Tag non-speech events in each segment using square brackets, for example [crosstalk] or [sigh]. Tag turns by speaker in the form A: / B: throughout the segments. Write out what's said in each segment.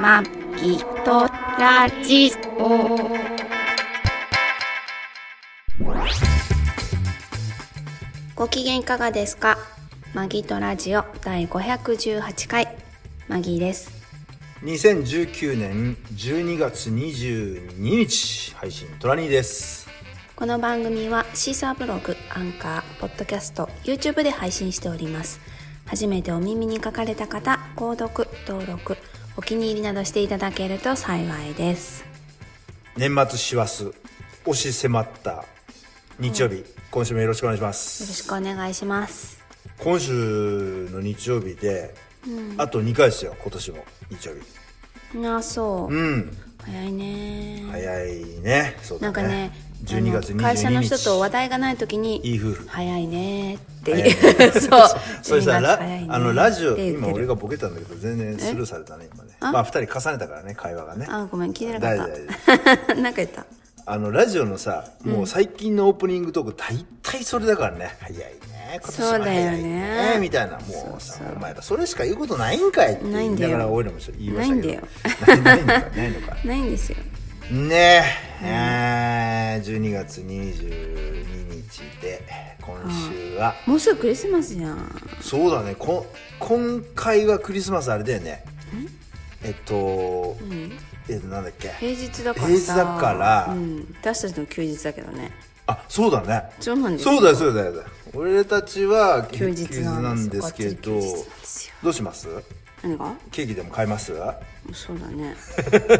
A: まきとラジオ。ご機嫌いかがですかマギとラジオ第518回マギーです
B: 2019年12月22日配信トラニーです
A: この番組はシーサーブログ、アンカー、ポッドキャスト、YouTube で配信しております。初めてお耳に書かれた方、購読、登録、お気に入りなどしていただけると幸いです。
B: 年末師走押し迫った日曜日、今週もよろしくお願いしま
A: よろ
B: す
A: しくお願いします。
B: 今週の日曜日で、あと2回ですよ今年も日曜日
A: あ、そう。
B: うん
A: 早いね、
B: 早いねそう
A: な
B: だ
A: んかね
B: ね、12
A: あの
B: 月22日
A: 会社の人と話題がない時に、
B: いい夫婦
A: 早いねって
B: 早い
A: いう。 [laughs] そう。
B: それさ
A: 12月
B: ラ
A: 早いね
B: あのラジ
A: っ
B: オ
A: て言って
B: 今
A: る
B: 俺がボケたんだけど全然スルーされたね今ねまあ2人重ねたからね会話がね
A: あ、ごめん、聞いてなか
B: 大
A: [laughs]
B: 丈夫
A: った。なんか言った。
B: あのラジオのさもう最近のオープニングトーク大体それだからね早いね今年は早い
A: そうだよね
B: みたいなもうさお前らそれしか言うことないんかいって
A: ないんだ
B: だ
A: よ
B: から俺らもちょっと言いましたけ
A: な
B: どないんだよないのか
A: ないんですよ。
B: ねええー12月22日で今週は
A: もうすぐクリスマスじゃん。
B: そうだねこ今回はクリスマスあれだよねえっと、えっとなんだっけ
A: 平日だからさ
B: 平日だから
A: うん、私たちの休日だけどね
B: あそうだね
A: そうなんですよ
B: そうだよそうだよそうだよ俺たちは
A: 休日なんですよ
B: 休日なんけど
A: こっち休日なんですよ
B: どうします
A: 何が
B: ケーキでも買います [laughs]
A: そうだね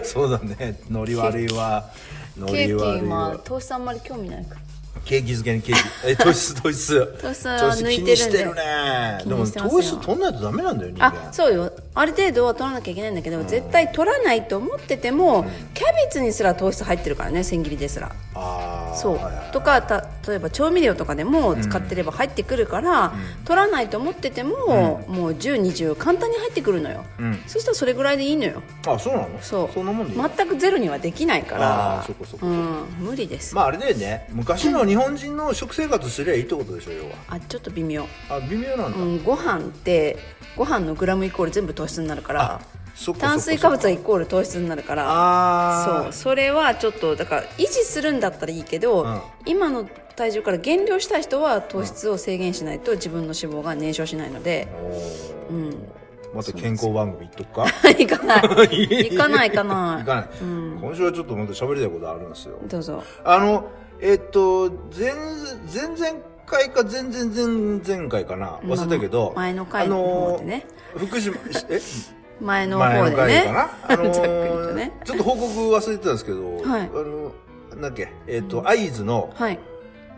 B: そうだねノリ悪いわノ
A: ケ
B: リ
A: ーキ
B: 悪い
A: 今
B: わ
A: トーストあんまり興味ないから
B: ケーキ漬けにケーキえ糖質
A: [laughs]
B: 糖質
A: 糖質は抜いてるんで
B: 糖質気にしてるね
A: 気
B: で
A: に
B: も
A: してますよ
B: 糖質取んないとダメなんだよ人
A: あ
B: 間
A: そうよある程度は取らなきゃいけないんだけど、絶対取らないと思ってても、キャベツにすら糖質入ってるからね千切りですら
B: あー
A: そう
B: はいはい
A: とかた例えば調味料とかでも使ってれば入ってくるから、取らないと思ってても、もう1020簡単に入ってくるのよ、そしたらそれぐらいでいいのよ
B: あそうなの
A: そう
B: そんなもんでいい
A: 全くゼロにはできないか
B: あ
A: ら
B: ーそっかそっか
A: うん、無理です、
B: まああれだよね昔の日本人の食生活すりゃいいってことでしょ要
A: あちょっと微妙、
B: はあ微妙なんだ、
A: うん、ご飯ってご飯のグラムイコール全部糖質になるから
B: そっかそっかそっか
A: 炭水化物がイコール糖質になるから
B: あ
A: そ
B: あ
A: うそれはちょっとだから維持するんだったらいいけど、
B: ん
A: 今の体重から減量したい人は糖質を制限しないと自分の脂肪が燃焼しないので、
B: また健康番組いっとくか
A: [laughs] 行かない [laughs] 行かない行かない
B: 行かない、今週はちょっとまた喋りたいことあるんですよ
A: [laughs] どうぞ
B: あのえっと前前々回か前々前々回かな忘れたけど、
A: まあ前の回の方でね
B: あのー
A: [laughs]
B: 福島え
A: 前の
B: 前
A: 方
B: の
A: でね
B: 回かな、
A: [laughs]
B: あの
A: ざっくりと
B: ー
A: ね
B: ちょっと報告忘れてたんですけど、
A: はい
B: あのなんだっけえっと会津の、
A: はい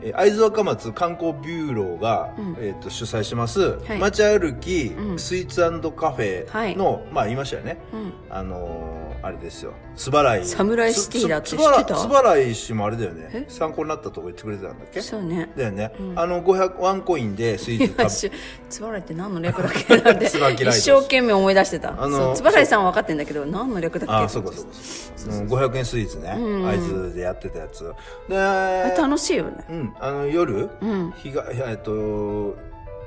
B: えー会津若松観光ビューローが、えー、と主催します、
A: い
B: 街歩き、スイーツカフェの、まあ言いましたよね、
A: ん
B: あのーあれですよスバライ
A: サムライシティだって
B: つ
A: 知ってた
B: つばらい氏もあれだよ
A: え
B: ね参考になったとこ言ってくれてたんだっけ
A: そうね
B: だよね、あの500ワンコインでスイーツ食べ
A: つばらいって何の略だっけなんで
B: [laughs] 椿ライト
A: 一生懸命思い出してた
B: あの
A: そうつばらいさんは分かってんだけど何の略だっけ
B: ああそうかそうかそうかうん500円スイーツね会津でやってたやつで
A: あれ楽しいよね
B: うん、あの夜、日がいやえっと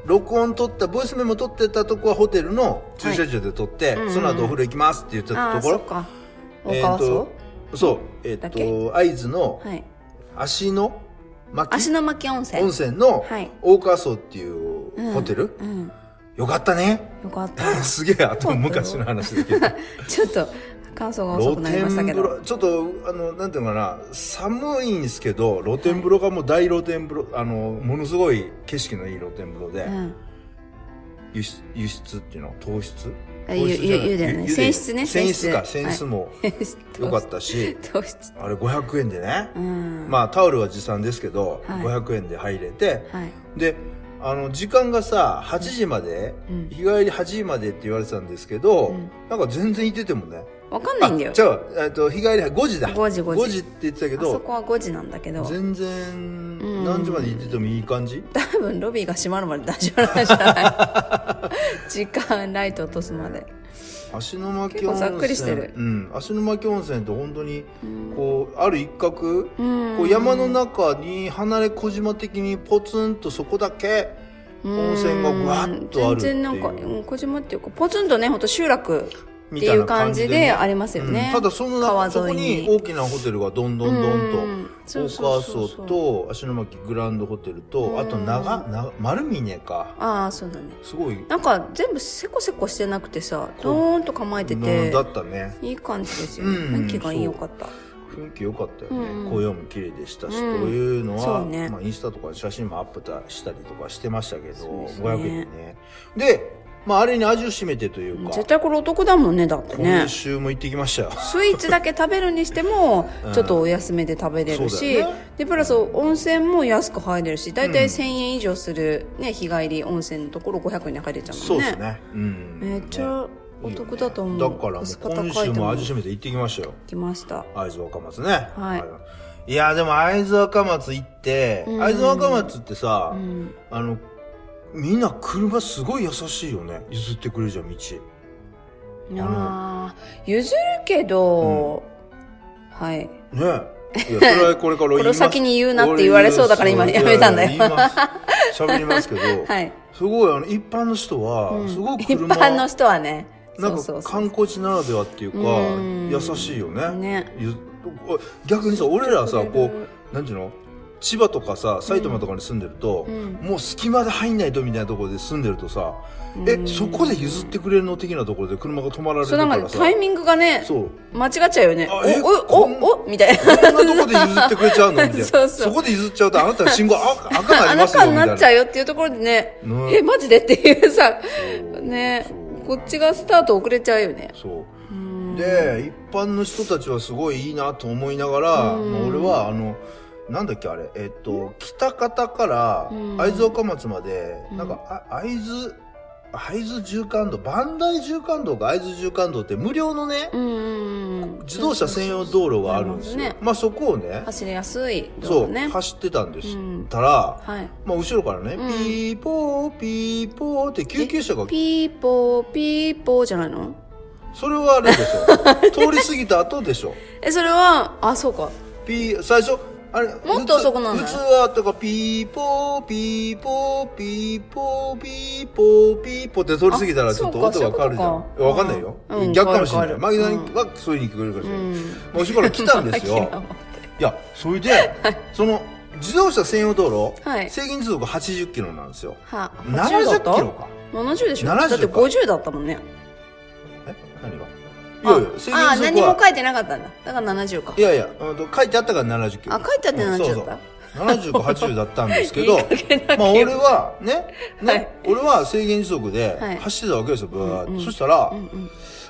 B: 録音撮ったボイスメモ撮ってたとこはホテルの駐車場で撮って、その後お風呂行きますって言って
A: ああ
B: たとこ
A: そ
B: ろ
A: っか大
B: え
A: 川
B: っ
A: 荘
B: とそうえっ
A: だっ
B: と会津の
A: はい
B: 足の
A: 芦
B: 巻
A: ノ巻温泉
B: 温泉の
A: はい
B: 大川荘っていうホテル、
A: うん
B: よかったね [laughs]
A: よかった
B: すげえ後昔の話だけど
A: ちょっと感想が [laughs] 遅
B: 露
A: くなりました
B: 天
A: け
B: 風
A: ど
B: 呂ちょっとあのなんていうのかな寒いんですけど露天風呂がもう大露天風呂あのものすごい景色のいい露天風呂で、
A: うん
B: 輸出輸出っていうの糖質
A: あ
B: 糖
A: ゆ
B: 質じゃない
A: ゆゆだよね
B: ゆ
A: 泉質ね
B: 泉質か
A: 泉質
B: 泉質も良かったし、
A: 糖質
B: あれ500円でね、
A: うん
B: まあタオルは持参ですけど、
A: はい
B: 500円で入れて、
A: はい
B: であの時間がさ8時まで、
A: うん
B: 日帰り8時までって言われてたんですけど、
A: ん
B: なんか全然いててもね
A: わかんないんだよ
B: じゃあえっと日帰り5時だ
A: 5時5時
B: って言ってたけ
A: あそ
B: ど
A: こは5時なんだけど
B: 全
A: うん
B: 然何時まで行っててもいい感じ、
A: 多分ロビーが閉まるまで大丈夫なんじゃない時間ライト落とすまで
B: 芦ノ牧
A: 結構
B: 温
A: ざ
B: 泉
A: っくりしてる
B: うん、芦ノ牧温泉って本当にこうある一角
A: ん
B: こう山の中に離れ小島的にポツンとそこだけ温泉がぐわっとあるっていう
A: 全然なんかうん小島っていうかポツンとねほんと集落っていう感じでありますよね、
B: ただその
A: 川沿い
B: そこに
A: に
B: 大きなホテルがどんどんど
A: うんそ
B: と大
A: うそう
B: 川
A: そう
B: 荘
A: そう
B: と芦ノ牧グランドホテルとあと長長丸峰か
A: ああそうだね
B: すごい
A: なんか全部せこせこしてなくてさドーンと構えて
B: うん
A: て
B: だったね
A: いい感じですよね
B: うん
A: 雰囲気がいいよかった
B: 雰囲気良かったよね、
A: うんうん
B: 紅葉も綺麗でしたし、
A: うん
B: というの
A: そ
B: は、
A: うね
B: まあ、インスタとかで写真もアップしたりとかしてましたけど、
A: そうですね
B: 500円でねで、まあ、あれに味を占めてというか
A: 絶対これお得だもんねだってね
B: 今週も行ってきましたよ
A: スイーツだけ食べるにしても
B: うん
A: ちょっとお安めで食べれるし、
B: そうだよね
A: でプラス温泉も安く入れるし大
B: う
A: 体
B: ん
A: 1000円以上する、ね、日帰り温泉のところ500円で入れちゃうもんね
B: そうですねうん
A: めっち
B: ね
A: ゃお得だと思う、
B: だからもう
A: コスパ高いと
B: 今週
A: 思う
B: も味占めて行ってきましたよ
A: 来ました
B: 会津若松ね
A: はい
B: いやでも会津若松行って
A: うん
B: 会津若松ってさ、
A: うん
B: あのみんな車すごい優しいよね譲ってくれるじゃん道
A: いやー譲るけど、はい
B: ねえ。いや、そ
A: [laughs]
B: れはこれから言います。
A: これを先に言うなって言われそうだから今やめたんだよ
B: いやいや言います喋りますけど、
A: [laughs] はい
B: すごい、あの、一般の人は、
A: うん
B: す
A: [laughs]
B: ごく
A: 一
B: 車、
A: 般の人はね
B: な
A: そ
B: ん
A: うそ
B: か
A: うそう
B: 観光地ならではっていうか、
A: うん
B: 優しいよね。
A: ね
B: ゆお逆にさ、俺らさ、
A: そう
B: こう、なんていうの千葉とかさ、埼玉とかに住んでると、
A: うん
B: もう隙間で入んないとみたいなところで住んでるとさ、
A: う
B: え、
A: ん
B: そこで譲ってくれるの的なところで車が止まられる
A: そ
B: か
A: うなん
B: ら
A: か
B: さ、
A: タイミングがね
B: そう。
A: 間違っちゃうよね
B: あえ
A: おお
B: こん
A: おおみたいな
B: こんなとこで譲ってくれちゃうのみたい
A: [laughs]
B: な。
A: そうそう
B: こで譲っちゃうと、あなたは信号赤、赤にな
A: あ [laughs]
B: りま
A: な
B: すよ。
A: たに
B: みたい
A: なっちゃうよっていうところでね、
B: うん
A: え、マジでっていうさ、ね
B: そう、
A: こっちがスタート遅れちゃうよね。
B: そう。で、一般の人たちはすごいいいなと思いながら、
A: うん
B: まあ俺は、あの、なんだっけあれ、えっと、北方から
A: うん
B: 会津若松まで、
A: うん
B: なんか、あ会津、会津縦貫道、磐梯縦貫道が会津縦貫道って無料のね、
A: うんうんうん。
B: 自動車専用道路があるんですよ。
A: そうそうそう
B: まあそこをね、
A: 走りやすい道
B: そ
A: 路
B: う、
A: ね。
B: 走ってたんです。
A: うん
B: たら、
A: はい。
B: まあ、後ろからね、
A: うん
B: ピーポーピーポーって救急車が
A: ピーポー、ピーポーじゃないの
B: それはあ
A: [laughs]
B: れでしょ通り過ぎた後でしょ
A: え、それは、あ、そうか。
B: ピー最初あれ
A: もっと遅くなんない
B: 普通はとかピーポーピーポーピーポーピーポーピーポーって通り過ぎたら
A: あ
B: ちょっと
A: そうか
B: 音が変わるじゃ
A: そういうんことか
B: わかんないよ、
A: うん
B: 逆かもしれな
A: 変
B: い
A: わ
B: マ
A: る
B: ギ
A: 変
B: ナ
A: わる
B: にはそういうふうに聞こえるかもしれない、
A: うん
B: まあ後ろから来た
A: [laughs]
B: んですよいやそれでその自動車専用道路、
A: はい
B: 制限時速80キロなんですよ
A: は、80
B: 70
A: だっ
B: キ
A: た
B: ロか
A: ?70 でしょ
B: 70
A: だ
B: か
A: って50だったもんね。あ
B: え何がいやいや制限時速は
A: あ、何も書いてなかったんだ。だから70か
B: い。やいや、うんと書いてあったから70キロ。
A: あ書いてあって70
B: うんそうそう
A: だっ
B: 70か80だ
A: [laughs]
B: ったんですけど
A: いい加減な、
B: まあ俺はね、ね、
A: はい
B: 俺は制限時速で
A: はい
B: 走ってたわけですよ、ブワーって
A: うんうん
B: そしたら、
A: うんうん。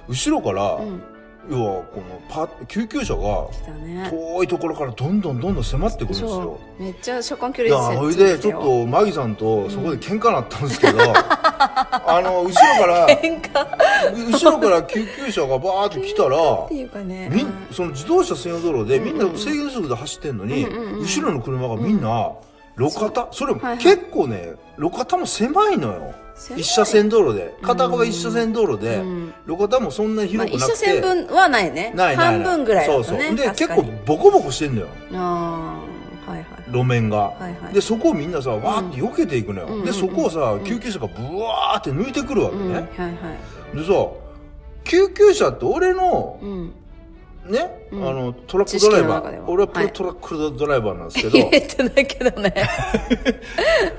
B: 後ろから、
A: うん。
B: 要はこのパ、救急車が
A: 来たね。
B: 遠いところからどんどんどんどん迫ってくるんですよ
A: そ。う。めっちゃ車間距
B: い
A: 離
B: や、それでちょっとマギさんとそこで喧嘩なったんです
A: [laughs]
B: けど、あの、後ろから、
A: 喧嘩っ
B: 後ろから救急車がバーって来た
A: [laughs]
B: ら
A: て、いうかね。
B: みん
A: うん
B: その自動車専用道路でみんな制限速度で走ってんのに、
A: うんうんうん
B: 後ろの車がみんな路肩、それも
A: はいはい
B: 結構ね路肩も狭いのよ
A: 狭い
B: 一車線道路で片側一車線道路で、
A: うん
B: 路肩もそんなに
A: まあ、
B: 広く
A: 一
B: な
A: 車
B: くて、
A: 線分はないね。
B: ないないない
A: 半分ぐらいだ
B: そ
A: と
B: う
A: ね。
B: そうで
A: 確
B: 結
A: か
B: 構
A: に。
B: ボコボコしてんのよ
A: ああ、はいはい。
B: 路面が、
A: はいはい
B: でそこをみんなさわーって避けていくのよ、
A: うんうんうんう
B: で
A: ん
B: そこをさ救急車がブワーって抜いてくるわけ
A: うん、はい
B: ね、
A: はい。
B: でさ救急車って俺の
A: うん。
B: ね、
A: うん
B: あのトラックドライ
A: 知識
B: バ
A: の中で
B: ー
A: は
B: 俺はプ
A: は
B: ロ
A: い
B: トラックドライバーなんですけど、
A: 言えて [laughs] ないけ
B: [laughs]
A: どね。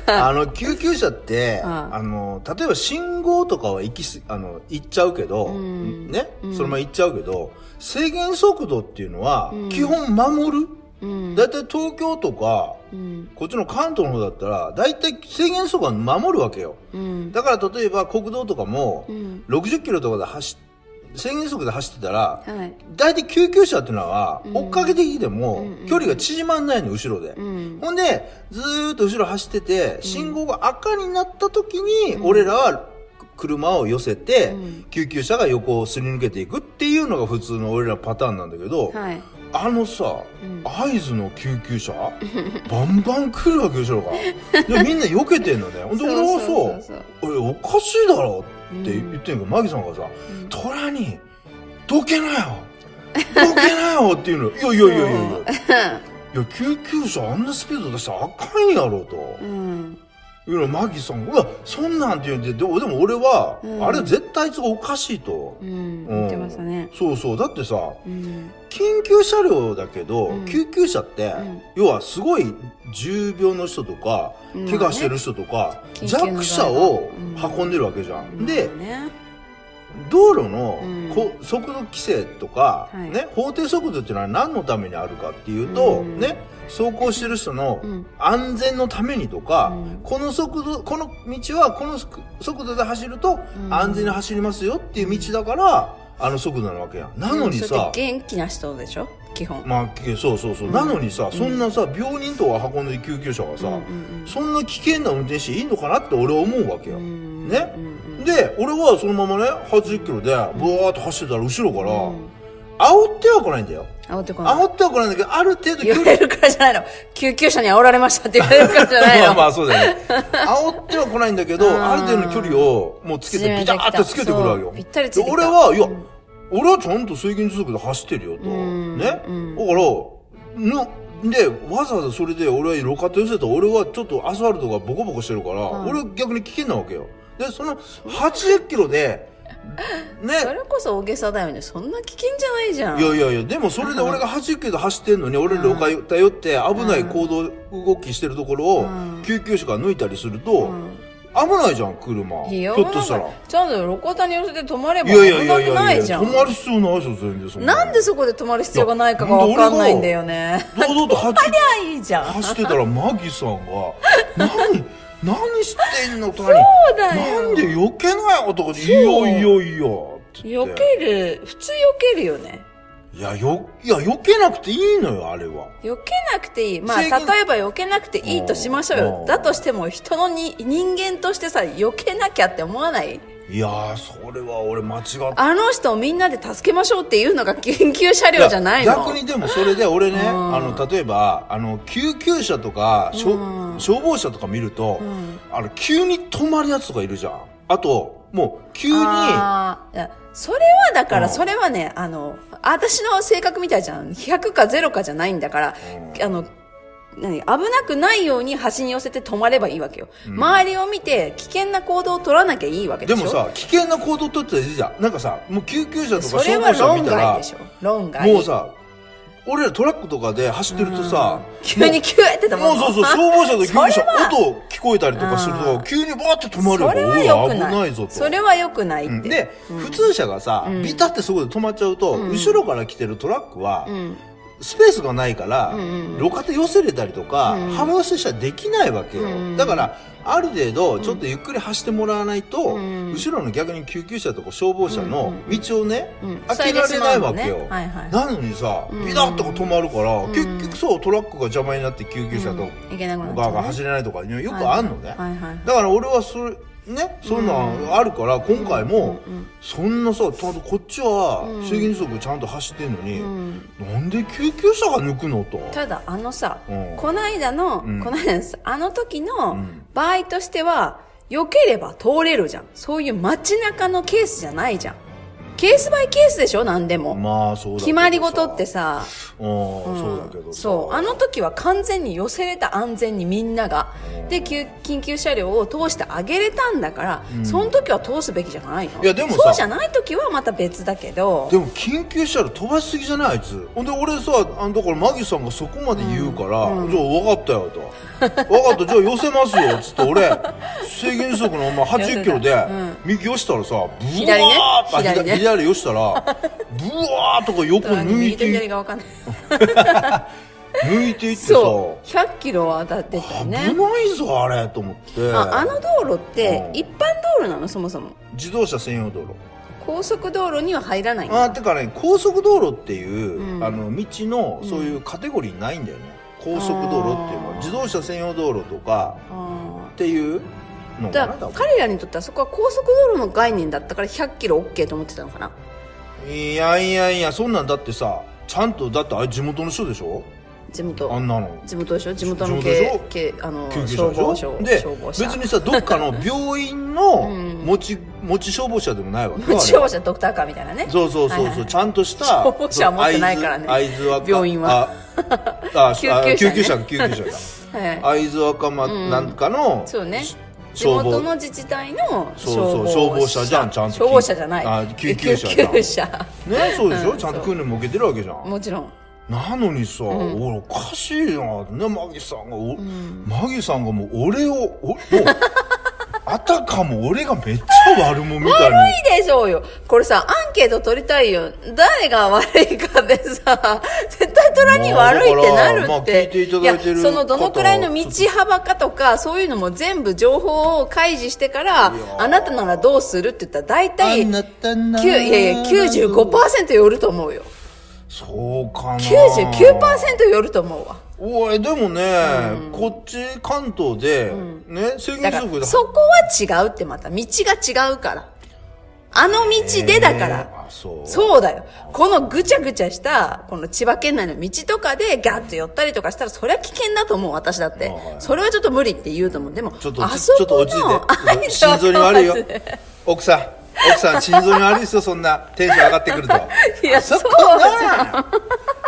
B: あの救急車って、
A: うん
B: あの例えば信号とかは行きすあの行っちゃうけど、
A: うん
B: ね、
A: うん
B: そのまま行っちゃうけど制限速度っていうのは
A: うん
B: 基本守る、
A: うん。
B: だいたい東京とか
A: うん。
B: こっちの関東の方だったらだいたい制限速度は守るわけよ
A: うん。
B: だから例えば国道とかも、
A: うん。
B: 60キロとかで走っ制限速度で走ってたら、
A: はい。
B: 大体救急車っていうのは、
A: うん
B: 追っかけてきても
A: うんうん、
B: 距離が縮まんないの、後ろで
A: う。ん。
B: ほんで、ずーっと後ろ走ってて、信号が赤になった時に、俺らは車を寄せて
A: うん、
B: 救急車が横をすり抜けていくっていうのが普通の俺らのパターンなんだけど、
A: はい。
B: あのさ
A: うん、
B: 合図の救急車、バンバン来るわけでしょうか。でみんな避けてんのね。ほんで、俺は
A: そう
B: さ、
A: そうそう
B: おいおかしいだろ
A: うん
B: って言ってんけど、マギさんがさ、
A: うん
B: 虎に、どけなよどけなよっていうの。いやいやいやいやいや。いや、救急車あんなスピード出したらあかんやろと。
A: うん。
B: いうのをマギさんが、うわ、そんなんって言うんで、ででも俺は、
A: うん
B: あれは絶対そこおかしいと。
A: う
B: うん
A: ん。でましたね
B: そうそうだってさ
A: うん
B: 緊急車両だけど、
A: うん
B: 救急車って、
A: うん
B: 要はすごい重病の人とか、
A: うん
B: 怪我してる人とか、
A: 緊急の場合は
B: 弱者を
A: うん
B: 運んでるわけじゃん、で
A: まあね
B: 道路の
A: うん
B: こ速度規制とか、
A: はい
B: ね、法定速度っていうのは何のためにあるかっていうと、
A: うん
B: ね、走行してる人の
A: うん
B: 安全のためにとか、
A: うん
B: この速度この道はこの速速度で走ると
A: うん
B: 安全に走りますよっていう道だから、あの速度なわけやんなのに
A: でもそれ
B: さ
A: っ、て元気な人でしょ基本
B: まあ、けそうそうそう、
A: うん
B: なのにさそんなさ病人とか運んでる救急車がさ、
A: うんうんうん
B: そんな危険な運転手いいのかなって俺は思うわけよ、
A: うん
B: ね
A: うんうん
B: で俺はそのままね80キロでブワーッと走ってたら後ろから、
A: うん
B: 煽っては来ないんだよ。
A: 煽ってこない
B: 煽っては来ないんだけど、ある程度距
A: 言わ
B: 離
A: れるからじゃないの救急車に煽ら [laughs] れましたって言われるからじゃない
B: ま
A: の
B: あまあそうだよね。 [laughs] 煽っては来ないんだけ
A: うん
B: ど、ある程度の距離をもうつけてビタッとつけてくるわけ
A: そ
B: よ
A: う。ぴったりついてきた
B: で俺は、いや
A: うん、
B: 俺はちゃんと制限時速で走ってるよと。
A: うん
B: ね。だか
A: うん
B: ら、ぬ、で、わざわざそれで俺は路肩寄せた俺はちょっとアスファルトがボコボコしてるから、
A: うん
B: 俺は逆に危険なわけよ。で、その80キ
A: [laughs]
B: ロで、ね。
A: それこそ大げさだよねそんな危険じゃないじゃん
B: いやいやいや、でもそれで俺が80キロで走ってんのに、俺らを頼って危ない行動、動きしてるところ
A: う
B: を
A: ん、
B: 救急車が抜いたりすると、危ないじゃん、車。
A: い
B: ひ
A: や
B: ょっとした
A: 世
B: ら。
A: の
B: い
A: 中ちゃんと路肩に寄せて止まれば
B: やいやい
A: 危
B: や
A: ないく
B: や
A: ないい
B: や、
A: じゃ
B: 止ま
A: ん
B: る必要ないでしょ、全然そんな。
A: なんでそこで止まる必要がないかが分かんないんだよね
B: 堂々とは
A: いやいいじゃん
B: 走ってたら、マギさん
A: [laughs]
B: が、何、何してんの、そう
A: だよ
B: なんで避けない男で、いやいやいや、って言っ
A: 避
B: て。
A: ける普通避けるよね
B: いや、よ、いや、避けなくていいのよ、あれは。
A: 避けなくていいまあ例
B: 制限
A: えば避けなくていいとしましょう
B: う
A: よ
B: ん
A: だとしても人のに人間としてさ避けなきゃって思わない
B: いやー、それは俺間違って
A: あの人をみんなで助けましょうっていうのが緊急車両じゃないの
B: や逆にでもそれで俺ね、
A: うん
B: あの例えばあの救急車とか、しょ
A: うん
B: 消防車とか見ると、
A: うん
B: あの急に止まるやつとかいるじゃんあともう急に
A: あーいやそれはだから、
B: うん
A: それはね、あの、私の性格みたいじゃん。100か0かじゃないんだから、あの、何危なくないように端に寄せて止まればいいわけよ。周りを見て危険な行動を取らなきゃいいわけで
B: で
A: しょ。
B: もさ危険な行動取ってたらいいじゃんなんかさもう救急車とか
A: それ
B: 消
A: は
B: 防車
A: 論
B: 見た
A: 外
B: ら
A: でしょ。論外。
B: もうさ俺らトラックとかで走ってるとさ、
A: 急にキューって止ま
B: もう
A: る
B: そうそう、消防車と救急車、音聞こえたりとかする
A: う
B: と、急にバーって止ま
A: [laughs]
B: る
A: それは
B: う
A: 良
B: わ
A: く
B: 危
A: ない。
B: ないぞと。
A: それは良くないって。
B: で、普通車がさ、ビタってそこで止まっちゃうと、後ろから来てるトラックは、スペースがないから、路肩寄せれたりとか、幅寄せしたらできないわけよ、だからある程度ちょっとゆっくり走ってもらわないと、後ろの逆に救急車とか消防車の道をね、
A: うん
B: 開けられないわけよ、
A: 塞いでしまうのねはいはい
B: なのにさビタッとこう止まるから、結局そうトラックが邪魔になって救急車と
A: うんいけなくなっちゃうね
B: ガーガー走れないとかねよくあんのね、
A: はいはい。
B: だから俺はそれねそういうのはあるから、今回も、そんなさちゃんとこっちは制限時速ちゃんと走ってんのに、なんで救急車が抜くのと
A: ただあのさ、
B: うん
A: この間の、
B: ん
A: この間のさあの時の
B: ん
A: 場合としては、避ければ通れるじゃん。そういう街中のケースじゃないじゃん。ケースバイケースでしょ何でも。
B: まあそうだけどさ
A: 決まり事ってさ、
B: うんそうだけ
A: う
B: ど
A: ん
B: さ
A: そうあの時は完全に寄せれた安全にみんながで救緊急車両を通してあげれたんだから、その時は通すべきじゃないの
B: いやでもさ
A: そうじゃない時はまた別だけど
B: でも緊急車両飛ばしすぎじゃないあいつほんで俺さあのだからマギさんがそこまで言うから、じゃあ分かったよと分かったじゃあ寄せますよっつって俺制限時速のまあ80キロで右押したらさブワーッ
A: 左ね
B: あ
A: 左ね
B: 左左
A: [laughs]
B: 押したらブワーッとか横に抜
A: 右
B: い
A: と
B: て
A: 左
B: い
A: が分かんない
B: 抜いていってさ
A: そう100キロは当たってたよ
B: 危
A: ね
B: ないぞあれと思って
A: ああの道路って
B: うん
A: 一般道路なのそもそも
B: 自動車専用道路
A: 高速道路には入らないの
B: あーてかね高速道路っていう、
A: うん
B: あの道のそういうカテゴリーないんだよね、高速道路っていうの
A: あー
B: は自動車専用道路とか
A: あ
B: っていうの
A: ーだ
B: か
A: か
B: な
A: ら
B: 多分
A: 彼らにとってはそこは高速道路の概念だったから100キロ OK と思ってたのかない
B: やいやいやそんなんだってさちゃんとだってあれ地元の人でしょ
A: 地元
B: あんなの
A: 地元でしょ地元の
B: 地元でし
A: け
B: ょ
A: けあの
B: 救急車
A: 消
B: でしょ
A: 防署
B: で
A: 消防
B: 別
A: 車 [laughs]
B: にさどっかの病院の
A: うん
B: 持ち,、持ち消防車でもないわけよあれは
A: 消防車ドクターカーみたいなね
B: そうそうそ
A: は
B: うそう、
A: いはいはい
B: ちゃんとした
A: 消防車は持ってないからね
B: 会津会津若
A: 病院は
B: ああ
A: [laughs] 救急車ね
B: あ救急車救急車だ
A: はい
B: 会津若松なんかの、
A: そうね
B: し
A: 地元の自治体の
B: そう
A: 消
B: そう
A: 防
B: 消防車じゃんちゃんと
A: 消防車じゃない
B: あ救急車じゃん
A: 救急車
B: ねそうでしょ、
A: うん
B: ちゃんと訓練も受けてるわけじゃん
A: もちろん
B: なのにさ、俺おかしいなってねマギさんがお、マギさんがもう俺をお [laughs] もうあたかも俺がめっちゃ悪者みたいに
A: いいでしょうよこれさアンケート取りたいよ誰が悪いかでさ [laughs] 絶対トラに悪いってなる
B: まあだからま
A: っ
B: あ
A: て,、
B: 聞いていただいてる
A: やそのどのくらいの道幅かとかそういうのも全部情報を開示してからあなたならどうするって言ったら大体
B: あなたなら
A: きゅういやいや95%寄ると思うよ
B: そうかな
A: 99%寄ると思うわ
B: おいでもね、こっち関東で、ね制
A: だ
B: 限
A: か
B: 速度
A: らそこは違うってまた道が違うからあの道でだから、
B: えーあそう
A: そうだよ。このぐちゃぐちゃした、この千葉県内の道とかでガッと寄ったりとかしたら、それは危険だと思う、私だって
B: はいはい。
A: それはちょっと無理って言うと思う。でも、
B: ちょっと
A: あ
B: ち
A: そ
B: ちょっと
A: こ
B: 落ち着
A: の
B: いて心臓に悪
A: [laughs]
B: いよ奥さん奥さん心臓に悪いですよそんなテンション上がってくると
A: いや
B: あこ
A: そうじ
B: な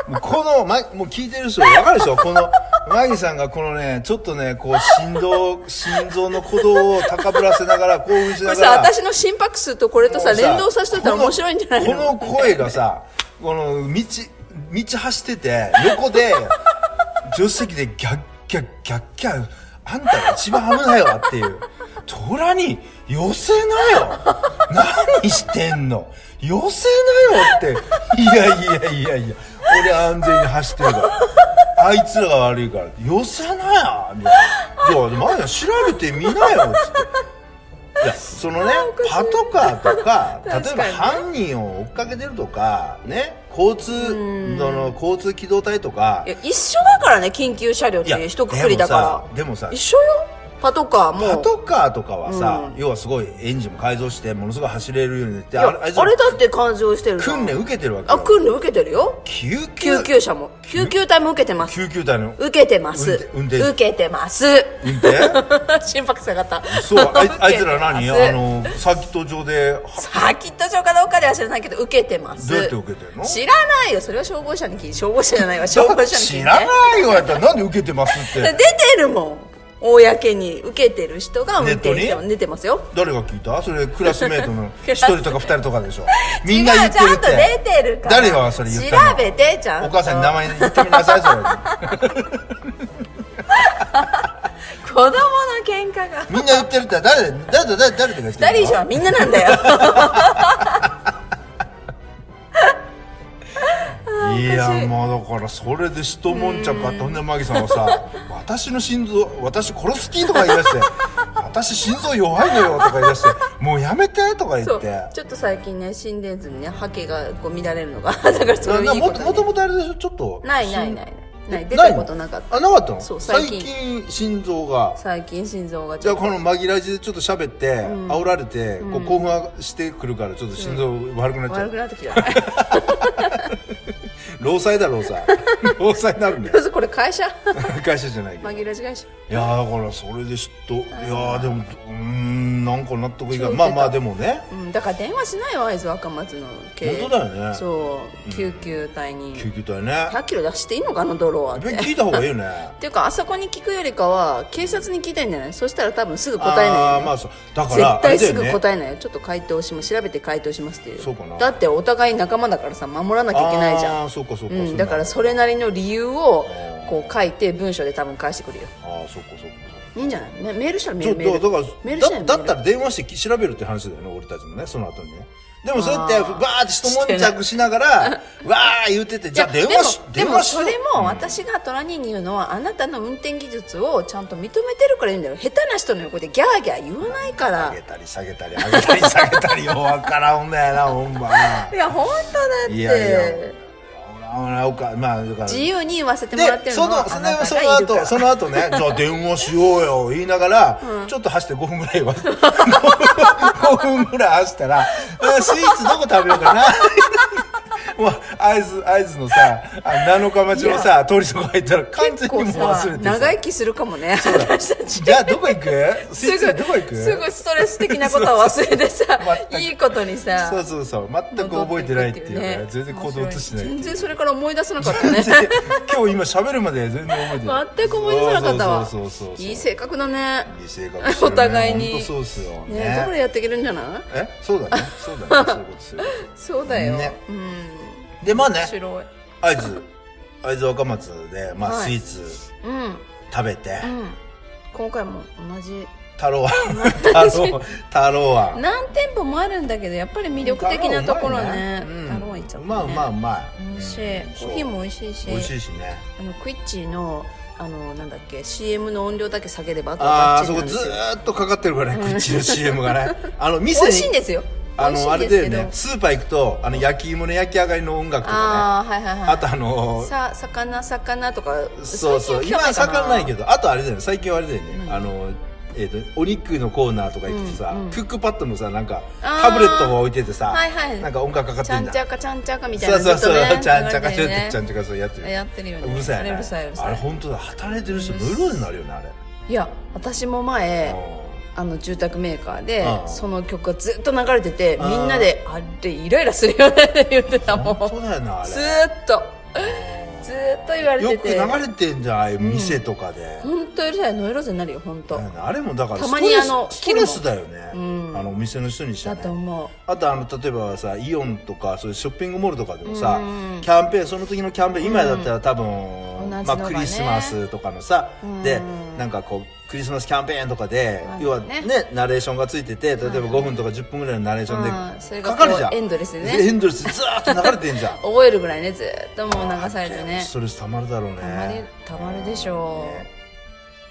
B: もうこのまもう聞いてる人わかるでしょこのマギさんがこのねちょっとねこう心臓心臓の鼓動を高ぶらせながら興奮し
A: こ
B: な
A: れ
B: が
A: さ、
B: ら
A: 私の心拍数とこれとさ、
B: もう
A: 連動させといたら面白いんじゃない
B: こ
A: の
B: のこの声がさこの道道走ってて横で [laughs] 助手席でギャッギャッギャッギャッあんたが一番危ないわっていう虎に寄せなよ何してんの寄せなよっていやいやいやいや俺安全に走ってるからあいつらが悪いから寄せなよみたいなじゃあマリア調べてみなよつっていやそのねパトカーとか
A: [laughs] 確
B: 例え
A: か
B: ば
A: にね
B: 犯人を追っかけてるとかね交通その交通機動隊とか
A: いや一緒だからね、緊急車両っ
B: いや
A: て一括りだから。
B: でもさでもさ
A: 一緒よ。パトカーも。
B: パトカーとかはさ、
A: う
B: 要はすごいエンジンも改造してものすごい走れるようになっ
A: い
B: て
A: や
B: あれ
A: あ
B: あ
A: れ
B: いつら
A: だって感情してるじゃん
B: 訓練受けてるわけ
A: あ、
B: よ
A: 訓練受けてるよ。
B: 救急
A: 救急車も。救急隊も受けてます。
B: 救急隊の
A: 受けてます。
B: 運転運転
A: 受けてます。
B: 運転
A: [laughs] 心拍下がった。 [laughs]
B: そうあい
A: 受けてます
B: あいつら何あ。のサーキット上で
A: [laughs] サーキット場かどうかでは知らないけど、受けてます。
B: どうやって受けてんの
A: 知らないよ。それは消防車に聞い消防車じゃないわ。消防車に聞いて。
B: 知らないよやったらなんで受けてます
A: [laughs] 出
B: って
A: てるもん。公に受けてる人が運転
B: ネッ
A: して
B: トに
A: 出てますよ。
B: 誰が聞いたそれクラスメート
A: [laughs]
B: の一人とか二人とかでしょみんな言って
A: 違
B: る
A: うちゃ
B: っ
A: んと出て
B: て
A: るから。
B: 誰がそれ言ったの
A: 調べて、ちゃんと。
B: お母さんに名前言ってみなさいそれ
A: [laughs] 子供の喧嘩が。
B: みんな言ってるって誰誰誰誰誰とか言ってるの
A: 二人以上はみんななんだよ。おかし
B: いや
A: い
B: まあだからそれで一悶着あったほんでマギさんはさ「私の心臓私殺す気」とか言い出して
A: [laughs]
B: 「私心臓弱いのよ」とか言い出して「もうやめて」とか言
A: そ
B: っ
A: う
B: て。
A: ちょっと最近ね心電図にね波形がこう乱れるのが [laughs] だからそれをいいこ
B: も
A: と
B: と
A: に
B: もともとあれでしょちょっと
A: ないないないない出
B: な
A: た
B: いの
A: ことなかった
B: あなかったの
A: そう
B: 最
A: 最
B: 近
A: 近
B: 心臓が
A: 最近心臓がち
B: じ
A: ょ
B: ゃあ
A: っと
B: この紛らわしでちょっと喋って、煽られて、こう興奮してくるからちょっと心臓悪くなっちゃ
A: 悪
B: う、
A: くなってきた [laughs]
B: 労災だ労災 [laughs] 労災になるんだよ
A: これ会社 [laughs]
B: 会社じゃないけどい
A: 紛らわし会社
B: やーだからそれでちょっといやーでもうーんなんか納得いか
A: そう
B: ない
A: 出た
B: まあまあでもね
A: うんだから電話しないわ会津若松の経営
B: 本当だよね
A: そう救急隊に
B: 救急隊ね
A: 100キロ出していいのかあの泥はっ
B: やってぱり
A: っ
B: 聞いた方がいいよね
A: ていうかあそこに聞くよりかは警察に聞いたいんじゃないそしたら多分すぐ [laughs] 答えない
B: あ
A: よ
B: あー
A: ね
B: まあそうだから
A: 絶対すぐ
B: あれだよね
A: 答えないよちょっと回答します調べて回答しますっていう
B: そうかな
A: だってお互い仲間だからさ守らなきゃいけないじゃん
B: あーそうかそうか、
A: う
B: そ
A: ん、だからそれなりの理由を
B: あー
A: こう書いて文章で多分返してくるよ
B: ああそうかそうか
A: いいんじゃないメメールしたらメ
B: ち
A: ール
B: ょっ
A: メール
B: とだ
A: メール
B: か
A: しな
B: ら
A: い
B: だだったら電話して調べるって話だよね俺たちもねその後にねでもそうやって
A: あ
B: バ
A: ー
B: ーって一悶着しながら [laughs] わー言うててじゃあ電話し
A: で
B: 電
A: もでも
B: 話し
A: そ
B: よう
A: れも私がトラニーに言うのはあなたの運転技術をちゃんと認めてるからいいんだよ下手な人の横でギャーギャー言わないか
B: 上
A: ら
B: げたり下げたり上げたり下げたりようわ [laughs] からんんだよなほんまない
A: や本当だって
B: いやいやほらほらおかまあだから
A: 自由に言わせてもらって
B: で
A: る
B: そ
A: のは
B: の
A: あ
B: そ
A: な
B: の
A: た
B: そ
A: が
B: の
A: いるから
B: 後その後ね [laughs] じゃあ電話しようよ言いながら、ちょっと走って5分ぐらいは5分ぐらい走ったらあスイーツどこ食べようかな [laughs] もう会津会津のさあ7日町のさ通りとか入ったら完全
A: 結
B: にも
A: 構
B: う
A: さ
B: 忘れてさ
A: 長生きするかもね
B: そうだ
A: 私たち
B: じゃあどこ行く
A: [laughs] すぐ
B: スイーツどこ行く
A: すぐストレス的なことを忘れてさ
B: [laughs] 全く
A: いいことにさ
B: そうそうそう全く覚えてないっていうね全然行動としてない
A: 全然それから思い出さなかったね
B: [laughs] 今日今喋るまで全然覚えてない
A: 全く思い出さなかったわ
B: そうそうそうそうそう
A: いい性格だね
B: いい性格してるね
A: お互いに
B: ほんとそうっすよ
A: ねだから
B: ね
A: やっていけるんじゃない
B: えそうだねそうだ
A: [laughs]
B: ねそういうことする
A: そうだよ
B: ね
A: うん
B: でまあ
A: 面
B: ね
A: 白い
B: 会津会津若松でまあ
A: は
B: ス
A: い
B: イーツ
A: うんうん
B: 食べて
A: 今回も同じ
B: 太郎庵太郎太郎庵
A: 何店舗もあるんだけどやっぱり魅力的なところね太郎行っちゃったね
B: まあまあまあ
A: 美味しいコーヒーも美味しいし
B: 美味しいしね
A: あのクイッチのあのなんだっけ CM の音量だけ下げればあとは
B: あ
A: バ
B: あ
A: ッチリ
B: そこ
A: なんで
B: ず
A: すよ
B: ーっとかかってるからねこっちの CM がねあ
A: [laughs]
B: の店
A: 美
B: に
A: 味しいんですよ
B: あのあ
A: 美
B: れ
A: 味しい
B: だ
A: んですけ
B: よ
A: ど
B: ねスーパー行くとあの焼き芋の焼き上がりの音楽とかね
A: ああはいはいはい
B: あとあのー
A: さ魚魚とか
B: そうそう今は盛んないけ
A: ど
B: どあとあれだよね最近はあれだよねあのえーとお肉のコーナーとか行くとさ、クックパッドのさなんか
A: あー
B: タブレットが置いててさ、
A: はいはい
B: なんか音楽かかっ
A: ち
B: て
A: ゃ
B: ん
A: ん
B: だ
A: ちゃかちゃんちゃかみたい
B: そ
A: な
B: うそうそう、
A: ずっとね
B: ちゃんちゃかちょっ
A: 流れてるね
B: とちゃんちゃかそうやってる
A: やってるよね
B: うるさいよ
A: あ
B: ね
A: れうるさいうるさい
B: あれ本当だ働いてる人無料になるよねあれ
A: いや私も前あの住宅メーカーで
B: うん
A: その曲がずっと流れてて
B: うん
A: みんなで「あれイライラするよね」 [laughs] って言ってたもん
B: 本当だよなあれ
A: ずーっとずーっと言われて
B: よく
A: て
B: 流れてんじゃんああいう店とかで、
A: 本当うるさいノイローゼになるよ本当
B: うんあれもだから
A: た
B: スト
A: まに
B: レ
A: あ
B: ス
A: の
B: ストレスだよね、
A: ん
B: あのお店の人にして
A: だ
B: は
A: と
B: ね
A: 思う
B: あとあの例えばさイオンとかそういうショッピングモールとかでもさ、
A: うん
B: キャンペーンその時のキャンペーン、今だったら多分、
A: 同じの
B: ま
A: が
B: あ、
A: ね
B: クリスマスとかのさ、
A: ん
B: でなんかこうクリスマスキャンペーンとかで、
A: まあね
B: 要はねナレーションがついてて例えば5分とか10分ぐらいのナレーショ
A: うん
B: ン
A: そ
B: で
A: れ
B: か
A: が
B: かるじゃん、
A: こうエンドレスでね
B: エンドレスでずーっと流れてんじゃん
A: 覚えるぐらいねずーっともう [laughs] 流されてね
B: ストレスたまるだろうね
A: たまるたまるでしょう、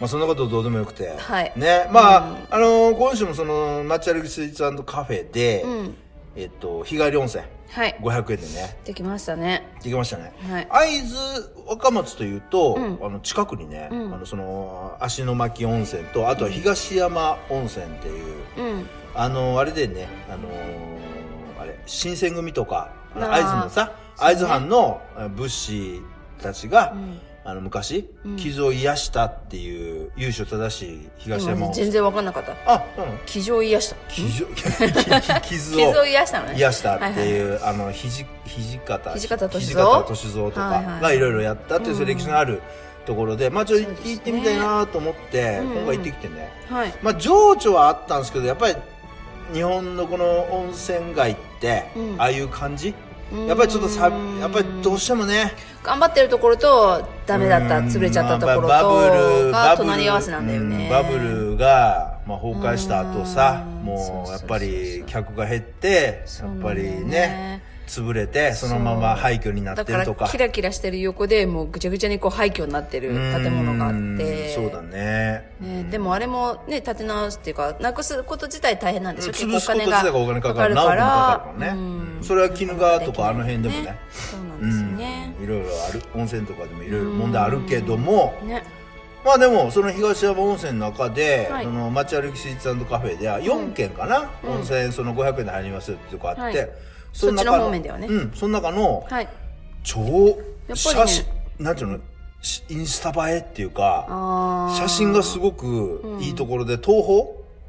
B: まあ、そんなことどうでもよくて、
A: はい
B: ねまあ、あのー今週もその街歩きスイーツカフェで、
A: うん
B: えっと、日帰り温泉
A: はい
B: 500円でね
A: できましたね
B: できましたね、
A: はい
B: 会津若松というと、
A: ん
B: あの近くにね、
A: ん
B: あのその芦ノ牧温泉とあとは東山温泉っていう、
A: うん
B: あのーあれでねあのーあれ新選組とかあの
A: あー
B: 会津の
A: そ
B: さ
A: うね
B: 会津藩のあの物資たちが、
A: ん
B: あの昔、傷を癒したっていう由緒正しい東山
A: 今
B: 温
A: 全
B: 泉
A: 然分かんなかった
B: あそうなの
A: 気丈癒やした
B: 傷 [laughs] 傷を
A: [laughs] 傷
B: [laughs]
A: を癒したのね
B: 癒したって
A: はいはい
B: いう、あの肘肘方
A: 土方歳三
B: 歳三と
A: はいは
B: か
A: い
B: がいろいろやったっていうそういう歴史のあるところで、まあちょっと
A: そうですね
B: 行ってみたいなと思って、
A: うん
B: 今回行ってきてね、
A: はい
B: まあ情緒はあったんですけどやっぱり日本のこの温泉街って、
A: うん
B: ああいう感じ
A: うん
B: やっぱりちょっとさやっぱりどうしてもね
A: 頑張ってるところとダメだった潰れちゃったところ
B: まあ
A: とが隣り合わせなんだよ
B: う
A: ね
B: バブルが、まあ、崩壊した後さ
A: うん
B: もう
A: そうそうそうそう
B: やっぱり客が減って
A: そ
B: や
A: うな
B: っ
A: んだ
B: ぱ
A: よ
B: り
A: ね
B: ね潰れてそのまま
A: そう
B: 廃墟になって
A: だ
B: る
A: か
B: と
A: ら
B: か
A: キラキラしてる横でもうぐちゃぐちゃにこう廃墟になってる建物があって
B: うんそうだね
A: ね、でもあれもね立て直すっていうかなくすこと自体大変なんでしょ結構
B: 潰すこと自体がお金かかる
A: かかる
B: 何分もか
A: か
B: かるからら
A: う
B: ね、うんんそれは鬼怒川とかあの辺でもね
A: そうなんですよね、
B: うんいろいろある温泉とかでもいろいろ問題あるけども、
A: ね
B: まあでもその東山温泉の中で、
A: はい
B: その街歩きスイーツカフェでは4軒かな、温泉その500円で入りますってとこあって、
A: はい
B: の中
A: そっちの方面ではね
B: うんその中の
A: はい
B: 超、
A: やっぱりね
B: 写真なんていうのしインスタ映えっていうか
A: ああ
B: 写真がすごくいいところで、東宝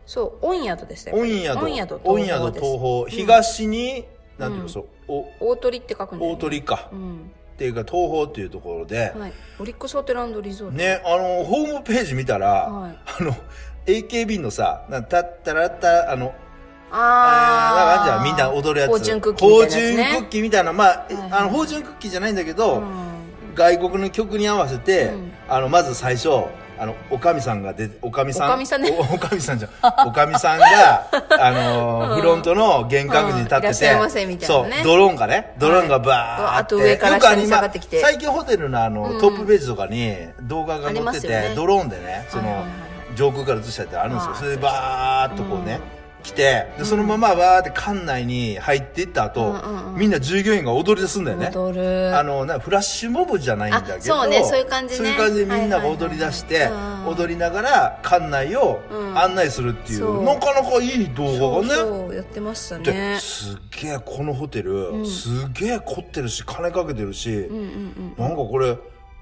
A: そう御宿でしたよ
B: 御宿
A: 御宿東
B: 御
A: 宝
B: 宿
A: です
B: 東宝東に、なんていうのそうお
A: 大鳥って書くんだよね
B: 大鳥か、
A: う
B: っ
A: ん
B: ていうか東宝っていうところで、
A: はいオリックスホテルリゾート
B: ね、あの、ホームページ見たら、
A: はい
B: あの、AKB のさ、なたったらった、あの、
A: あ
B: あーなんかあんじゃん、みんな踊るやつ。
A: フォーチュンクッキーみたいなやつね
B: フォーチュンクッキーみたいな、まあ、え
A: はいはい
B: あの、フォーチュンクッキーじゃないんだけど、
A: うん
B: 外国の曲に合わせて、
A: うん
B: あの、まず最初、あの、おかみさんが出て、おかみさん。
A: おかみさんね
B: おおかみさんじゃん。おかみさんが、
A: [laughs]
B: あのー、フロントの玄関口に立って
A: うんいらっしゃいませ
B: て、
A: みたい
B: そ
A: な
B: う
A: ね、
B: ドローンがね、ドローンがバーって。
A: あと上から
B: よくあの
A: 下に下がってきて
B: 今最近ホテルのあの、トップページとかに動画が載
A: ありま
B: って
A: す
B: て、
A: よね
B: ドローンでね、その、
A: はいはいはい
B: 上空から映したってあるんですよ。
A: あー
B: それでバーっとこうね、来て、で、そのままわーって館内に入っていった後、みんな従業員が踊り出すんだよね。
A: 踊る
B: あの、なフラッシュモブじゃないんだけど。
A: あそうねそういう感じね
B: そういう感じでみんなが踊り出して、
A: はいはいはいはいうん
B: 踊りながら館内を案内するっていう、
A: うん
B: なかなかいい動画がね。
A: そうそうやってました
B: で、
A: ね
B: すっげえこのホテル、すっげえ凝ってるし、金かけてるし、
A: うんうんうん
B: なんかこれ、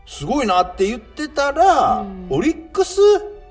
B: すごいなって言ってたら、オリックス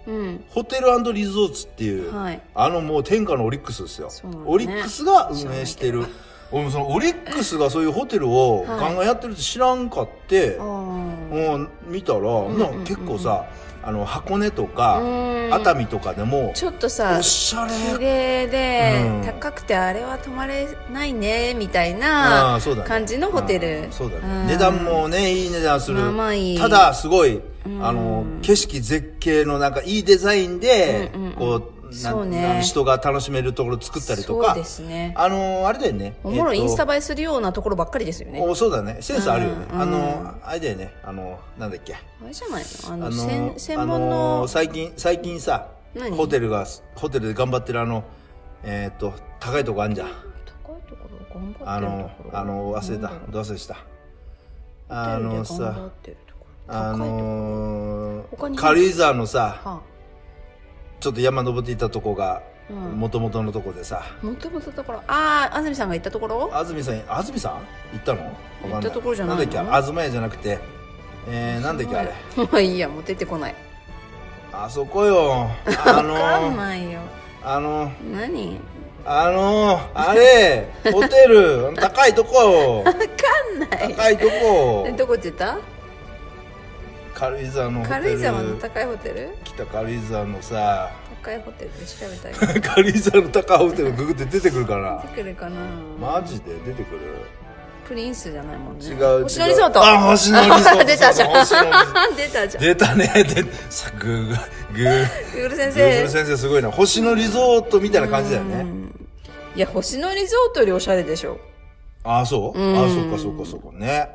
A: うん
B: ホテルリゾーツっていう、
A: はい
B: あのもう天下のオリックスですよ。
A: そうなんだね
B: オリックスが運営してる。俺もそのオリックスがそういうホテルを
A: はい
B: ガンガンやってるって知らんかって、
A: あー
B: うん、見たら、
A: ん
B: なんか結構さ、あの、箱根と
A: う
B: か、
A: ん
B: 熱海とかでも、
A: ちょっとさ
B: おしゃれ。
A: 綺麗で、
B: うん
A: 高くてあれは泊まれないねみたい
B: あ
A: な
B: あそうだね
A: 感じのホテル、
B: うんそうだ
A: う
B: ね
A: ん
B: 値段もねいい値段する
A: まあまあいい
B: ただすごい
A: ん
B: あの景色絶景のなんかいいデザインで
A: うんうんうん
B: こうな
A: そうね
B: なん人が楽しめるところ作ったりと
A: そう
B: か
A: ですね
B: あのあれだよね
A: おもろいインス
B: えっ
A: タ映えするようなところばっかりですよ
B: と
A: ね
B: おそうだねセンスあるよね
A: うん
B: あのあれだよねあのなんだっけ
A: あれじゃないのあの
B: あ
A: 専
B: の
A: 専
B: あ
A: 門の
B: の最近最近さ
A: 何
B: ホテルがホテルで頑張ってるあのえーっと高いとこあんじゃん
A: 高いところ頑張ってるところ
B: あのあの忘れたどう忘れしたあの
A: ホテルで頑
B: さ
A: 張ってるところ
B: あ
A: 高いところ
B: の
A: 他に
B: ー、軽井沢のさ、
A: は
B: ちょっと山登っていったとこが、
A: うん
B: もともとのとこでさ、
A: あもともとところああ安住さんが行ったところ
B: 安住さん、安住さん行ったのわかん
A: 行ったところじゃないの
B: んだっけ、あずま屋じゃなくて、えー、なんだっけあれ。
A: もういいやもう出てこない
B: あそこよ。あの
A: わかん
B: ー、
A: ないよ
B: あのー、
A: 何
B: あのー、あれ、ホテル、高いとこよ。
A: わかんない
B: 高いとこ
A: え
B: よ。
A: どこって言った
B: 軽井沢のホテル。
A: 軽井沢の高いホテル
B: 北軽井沢のさ、 [laughs]
A: 高いホテルで調べたら
B: 軽井沢の高いホテルググって出てくるかな
A: 出。てくるかな、
B: マジで出てくる
A: プリンスじゃないもんね
B: 違う違う
A: 星野リゾート
B: あ星野リゾー
A: [laughs]
B: ト
A: 出たじゃん
B: そうそう星野リゾ
A: [laughs]
B: ー
A: 出たじゃん
B: 出たねでさグーグーグー
A: グーグル先
B: グーグ
A: 生
B: ル先生すごいな星野リゾートみたいな感じだよね
A: いや星野リゾートよりおしゃれでしょ
B: ああそうああそうかそうかそうかね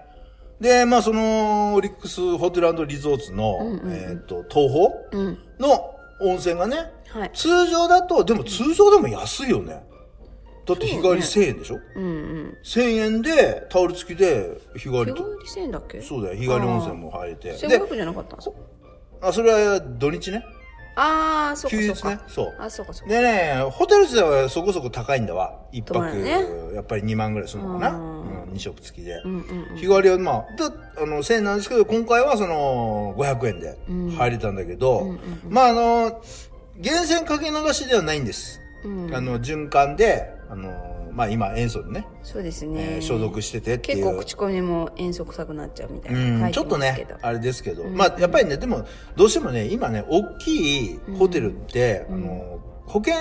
B: でまあそのオリックスホテルリゾーツの、えっ、と東宝
A: ん
B: の温泉がね、
A: はい
B: 通常だとでも通常でも安いよねだって日帰り1000円でしょ、
A: うんうん
B: 1000円でタオル付きで日帰
A: 日
B: り
A: 帰
B: と
A: りせんだっけ
B: そうだよ日帰り温泉も入れてで
A: 1500じゃなかったんですか
B: あそれは土日ね
A: ああそうか
B: 休
A: そう
B: 日ね
A: か
B: そう
A: あそうかそうか
B: でね、ホテル自体はそこそこ高いんだわ。一
A: 泊ま
B: 泊、
A: るね
B: やっぱり2万ぐらいするのかな。
A: う
B: うんん、2食付きで。
A: うんうんうん
B: 日帰りはまあ、だあの、1000円なんですけど、今回はその、500円で入れたんだけど、まああの、源泉かけ流しではないんです。
A: うん
B: あの、循環で、あの、まあ今塩素でね、
A: そうです
B: え
A: ね
B: ー消毒しててってい
A: 結
B: う。
A: 構口コミも遠足臭くなっちゃうみたいな
B: う
A: 書
B: ん
A: い
B: ち
A: て
B: ょっと
A: ますけ
B: ね
A: ど、
B: あれですけど、まあやっぱりね、でも、どうしてもね、今ね、大きいホテルって、あの、保険、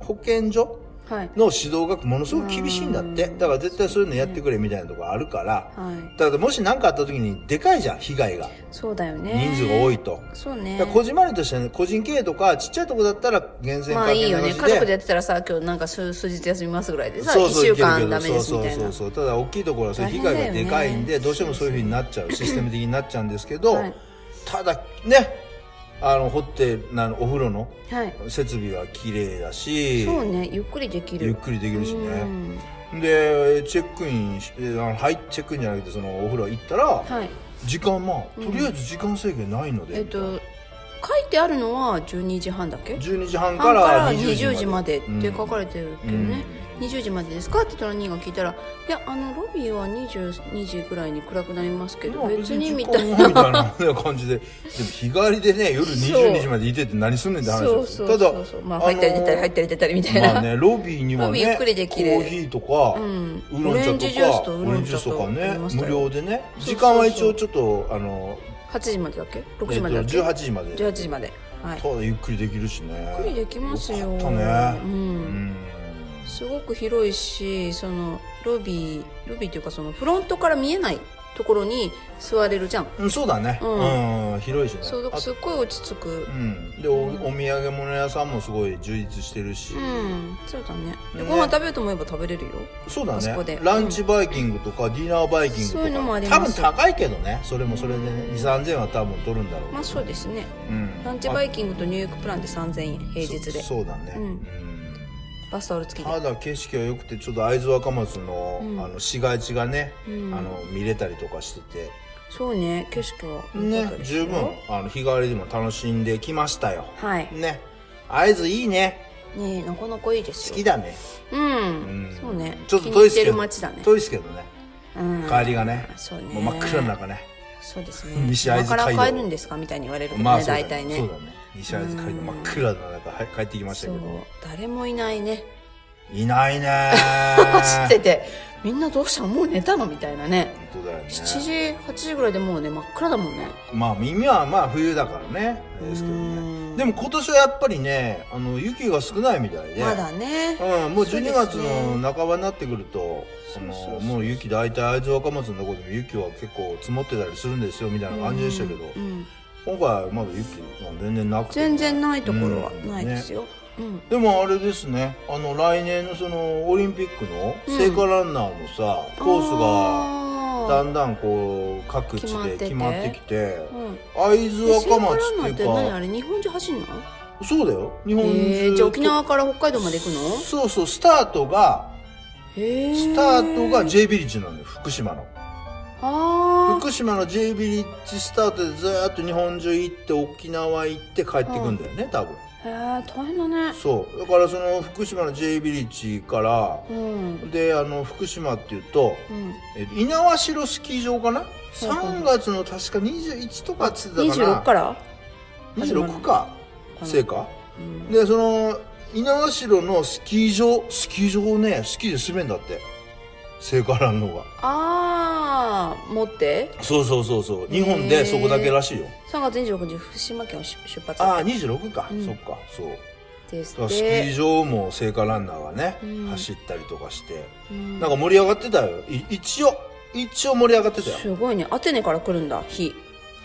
B: 保健所
A: はい
B: の指導がものすごく厳しいんだって。だから絶対そういうのやってくれみたいなとこあるから、
A: はい
B: だからもし何かあった時にでかいじゃん、被害が。
A: そうだよね
B: 人数が多いと。
A: そうね
B: だからこじまりとしてね、個人経営とか、ちっちゃいとこだったら、厳選
A: まあ
B: かけ
A: いいよ
B: 流
A: ね
B: し
A: 家族でやってたらさ今日なんか数数日休みますぐらいでさ
B: そうそ
A: 1週
B: ういけるけ
A: 間
B: ど
A: ダメですみたい
B: そ
A: な
B: うそうそうそうただ大きいところはそれ
A: 大
B: 被
A: 変だよね
B: 害がでかいんで、どうしてもそういうふうになっちゃうシステム的になっちゃうんですけど、
A: [laughs] はい
B: ただねあの掘ってなのお風呂の
A: はい
B: 設備は綺麗だし、
A: そうねゆっくりできる
B: ゆっくりできるし
A: う
B: ね、
A: ん
B: でチェックインしえあのはいチェックインじゃなくてそのお風呂行ったら、
A: はい
B: 時間まあとりあえず時間制限ないので、
A: えっと書いてあるのは12時半だっけ
B: 12時半
A: 半か
B: から
A: ら
B: 20
A: 20
B: 時
A: 時
B: ま
A: ま
B: で
A: でって書かれてるけどね、20時までですかってトラニーが聞いたら「いやあのロビーは22時ぐらいに暗くなりますけ
B: ま
A: ど
B: あ
A: 別に」
B: 時
A: み
B: 間
A: たいな
B: はみたいな感じででも日帰りでね夜22時までいてって何すんねんって話
A: [laughs] そ
B: で
A: う
B: す
A: そ
B: よ
A: うそ
B: た
A: うそ
B: だ
A: うまあ入ったり出たり入ったり出たりみたいな、
B: まあねロビーには
A: [laughs] ロビ
B: ね
A: ーゆっくりできる
B: コーヒーとか、
A: うん
B: ウーロン
A: オ
B: 茶とか
A: レンジジュースとウーロン
B: オレンジジ
A: 茶
B: ュースと
A: と
B: か
A: あ
B: ね
A: りました
B: 無
A: よ
B: 料で
A: そ
B: ね
A: うそうそう
B: 時間は一応ちょっとあの、
A: 8時までだっけ
B: え
A: 6
B: っ
A: 時
B: と
A: までだっけ、
B: 18時まで
A: 18時まではい
B: ただゆっくりできるしね
A: ゆっくりできますよ
B: よかったね
A: う
B: うんん
A: すごく広いしそのロビーロビーというかそのフロントから見えないところに座れるじゃん
B: うんそうだね、
A: う
B: うん広いしね
A: そうだから
B: あ
A: すっごい落ち着く
B: うん、でおお土産物屋さんもすごい充実してるし、
A: うん、そうだねで
B: ね
A: ご飯食べようと思えば食べれるよ
B: そうだ
A: あそこで
B: ねランチバイキングとかディナーバイキングと
A: そう
B: か、
A: いうのもあり
B: 多
A: ま
B: 分
A: す
B: 高いけどねそれもそれで、ね、23000円は多分取るんだろうけど
A: まあそうですね
B: うん
A: ランチバイキングと入浴プランで3000円平日で
B: そそうだね、
A: うん
B: うん
A: バスタオル付きで
B: あだ景色が良くてちょっと会津若松の,、
A: うん
B: あの市街地がね、
A: うん
B: あの見れたりとかしてて、
A: そうね景色は良かった
B: ね
A: ですよ
B: 十分あの日替わりでも楽しんできましたよ
A: はい
B: ね会津いいね
A: ねえなかなかいいです
B: 好
A: よ
B: きだね、
A: うん、
B: うん、
A: そうね
B: ちょっと遠い
A: 気に入
B: っ
A: っ
B: す
A: て
B: け
A: る
B: ど
A: 街だね
B: 遠いっすけどね
A: うん
B: 帰りがね,、
A: そうね
B: もう真っ暗の中ね
A: そうですね
B: 西会津
A: 今
B: 街道
A: から帰るんですかみたいに言われるもんね、
B: そうだ
A: 大体ね
B: そうだね西会津街道
A: うん
B: 真っ暗の中はい帰ってきまし
A: そ
B: たけ
A: う
B: ど
A: 誰もいないね
B: いないね
A: 走 [laughs] っててみんなどうしたのもう寝たのみたいなね
B: 本当だよね
A: 7時8時ぐらいでもうね真っ暗だもんね
B: まあ耳はまあ冬だからねあれですけど
A: う
B: ね
A: ん
B: でも今年はやっぱりねあの雪が少ないみたいで
A: まだね
B: うん、もう
A: そう
B: 12
A: ですね
B: 月の半ばになってくるとその
A: そうそうそう
B: もう雪大体会津若松のとこでも雪は結構積もってたりするんですよみたいな感じでしたけど、
A: うん
B: 今回はまだ雪は全然なくて
A: 全然ないところは
B: うん
A: ないですようん
B: でもあれですねあの来年のそのオリンピックの聖火ランナーのさ、コースがだ
A: が
B: んだんこう各地で決
A: 決
B: ま
A: ま
B: っ
A: っててて
B: きて
A: うん
B: 会津
A: え聖火ラン
B: 若松
A: ナーっ
B: っ
A: てて
B: いう
A: 何あ
B: か
A: れ日本中走んの
B: そうだよ日本
A: え
B: 中
A: ー、じゃあ沖縄から北海道まで行くの
B: そうそうスタートが
A: へー
B: スタートが J ビリッジなのよ福島の
A: あ
B: 福島の J ビリッジスタートでずーっと日本中行って沖縄行って帰ってくんだよね、多分
A: ーへー大変だね
B: そうだからその福島の J ビリッジから
A: うん
B: であの福島っていうと、
A: うん
B: えっと猪苗代スキー場かな、
A: いはい
B: 3月の確か21とかっつってたかな
A: 26から始まる
B: 26か
A: うん
B: 成果
A: うん
B: でその猪苗代のスキー場スキー場をねスキーで滑るんだって聖火ランのが
A: ああ持って
B: そうそうそうそう日本でそこだけらしいよ
A: 3月26日福島県を出出発
B: ああ26か、
A: うん
B: そっかそう
A: です
B: だから
A: っ
B: スキー
A: て
B: 場も聖火ランナーがね、
A: うん
B: 走ったりとかして
A: うん
B: なんか盛り上がってたよい一応一応盛り上がってたよ
A: すごいねアテネから来るんだ火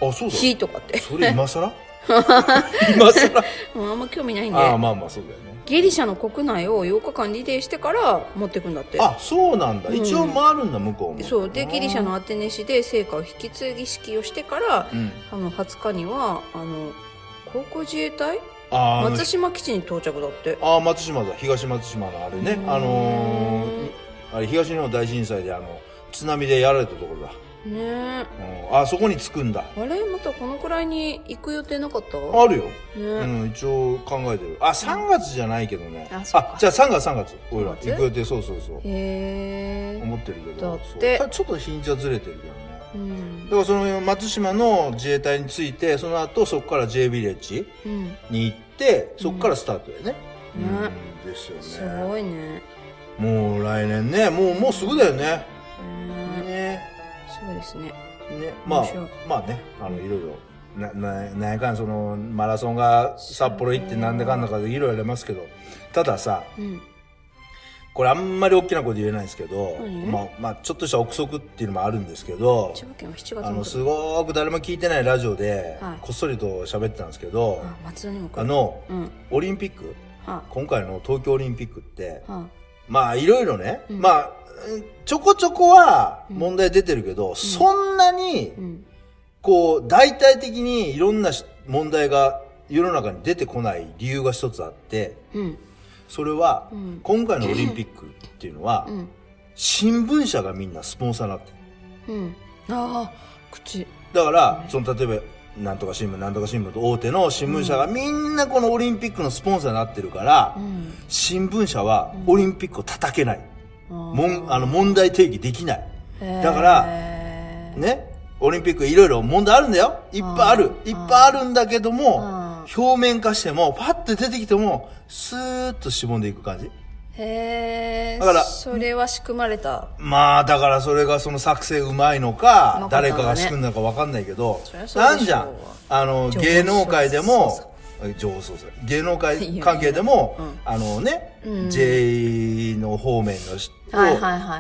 B: あそうだよ
A: 火とかって [laughs]
B: それ今更今更
A: もうあんま興味ないんで
B: ああまあまあそうだよね
A: ギリシャの国内を8日間リレーしてから持ってくんだって
B: あそうなんだ、
A: うん
B: 一応回るんだ向こうも
A: そうでギリシャの
B: あ
A: アテネ市で聖火を引き継ぎ式をしてから
B: ー、うん、
A: あの20日にはあの航空自衛隊
B: あーあの
A: 松島基地に到着だって
B: あー松島だ東松島のあれねあの
A: う
B: ー、あれ東日本大震災であの津波でやられたところだ、
A: ーんねえ
B: うん、あそこに着くんだ
A: あれまたこのくらいに行く予定なかった
B: あるよ、う
A: ね
B: ん、一応考えてるあ3月じゃないけどね、
A: あそっか
B: じゃあ3月3月俺ら
A: 三月
B: 行く予定そうそうそう
A: へえ
B: 思ってるけど
A: だって
B: そうちょっと日にちはずれてるけどね
A: うん
B: だからその松島の自衛隊についてその後そこから J ビレッジ
A: うん
B: に行ってそこからスタートだよね、
A: うん
B: うん
A: ね
B: ですよね
A: すごいね
B: もう来年ねもうもうすぐだよね
A: うん
B: ね
A: そうですね
B: ねまあ
A: 面白い
B: まあねあのいろいろなななんやかんやそのマラソンが札幌行ってなんだかんだかでいろいろやれますけどたださ
A: うん
B: これあんまり大きなこと言えないんですけど、
A: 何
B: まあ、まあちょっとした憶測っていうのもあるんですけど
A: 千葉県は7月
B: あの
A: の
B: すごく誰も聞いてないラジオで
A: はい
B: こっそりと喋ってたんですけど、
A: あ松戸にも来る
B: あの
A: うん
B: オリンピック
A: は
B: 今回の東京オリンピックって
A: あはあ
B: まあいろいろね、
A: うん
B: まあうんちょこちょこは問題出てるけど、そんなに
A: うん
B: こう大体的にいろんなし問題が世の中に出てこない理由が一つあって
A: うん
B: それは
A: うん
B: 今回のオリンピックっていうのは
A: うん
B: 新聞社がみんなスポンサーになってる
A: うんああ口
B: だからその例えばなんとか新聞なんとか新聞と大手の新聞社がみんなこのオリンピックのスポンサーになってるから
A: うん
B: 新聞社はオリンピックを叩けないも
A: も
B: んあの問題定義できないだからねオリンピックいろいろ問題あるんだよいっぱいある
A: うん
B: いっぱいあるんだけども、
A: うん
B: 表面化してもパッて出てきてもスーッとしぼんでいく感じ
A: へえ
B: だから
A: それは仕組まれた
B: まあだからそれがその作成うまいのか
A: うまかったんだね
B: 誰かが仕組んだのかわかんないけど、
A: そりゃそうでしょ
B: な
A: うん
B: じゃんあの芸能界でも上層者芸
A: [laughs]
B: 能界関係でも、
A: いやいや
B: あのね、
A: うん
B: J の方面の人を、
A: はいはいはいはいは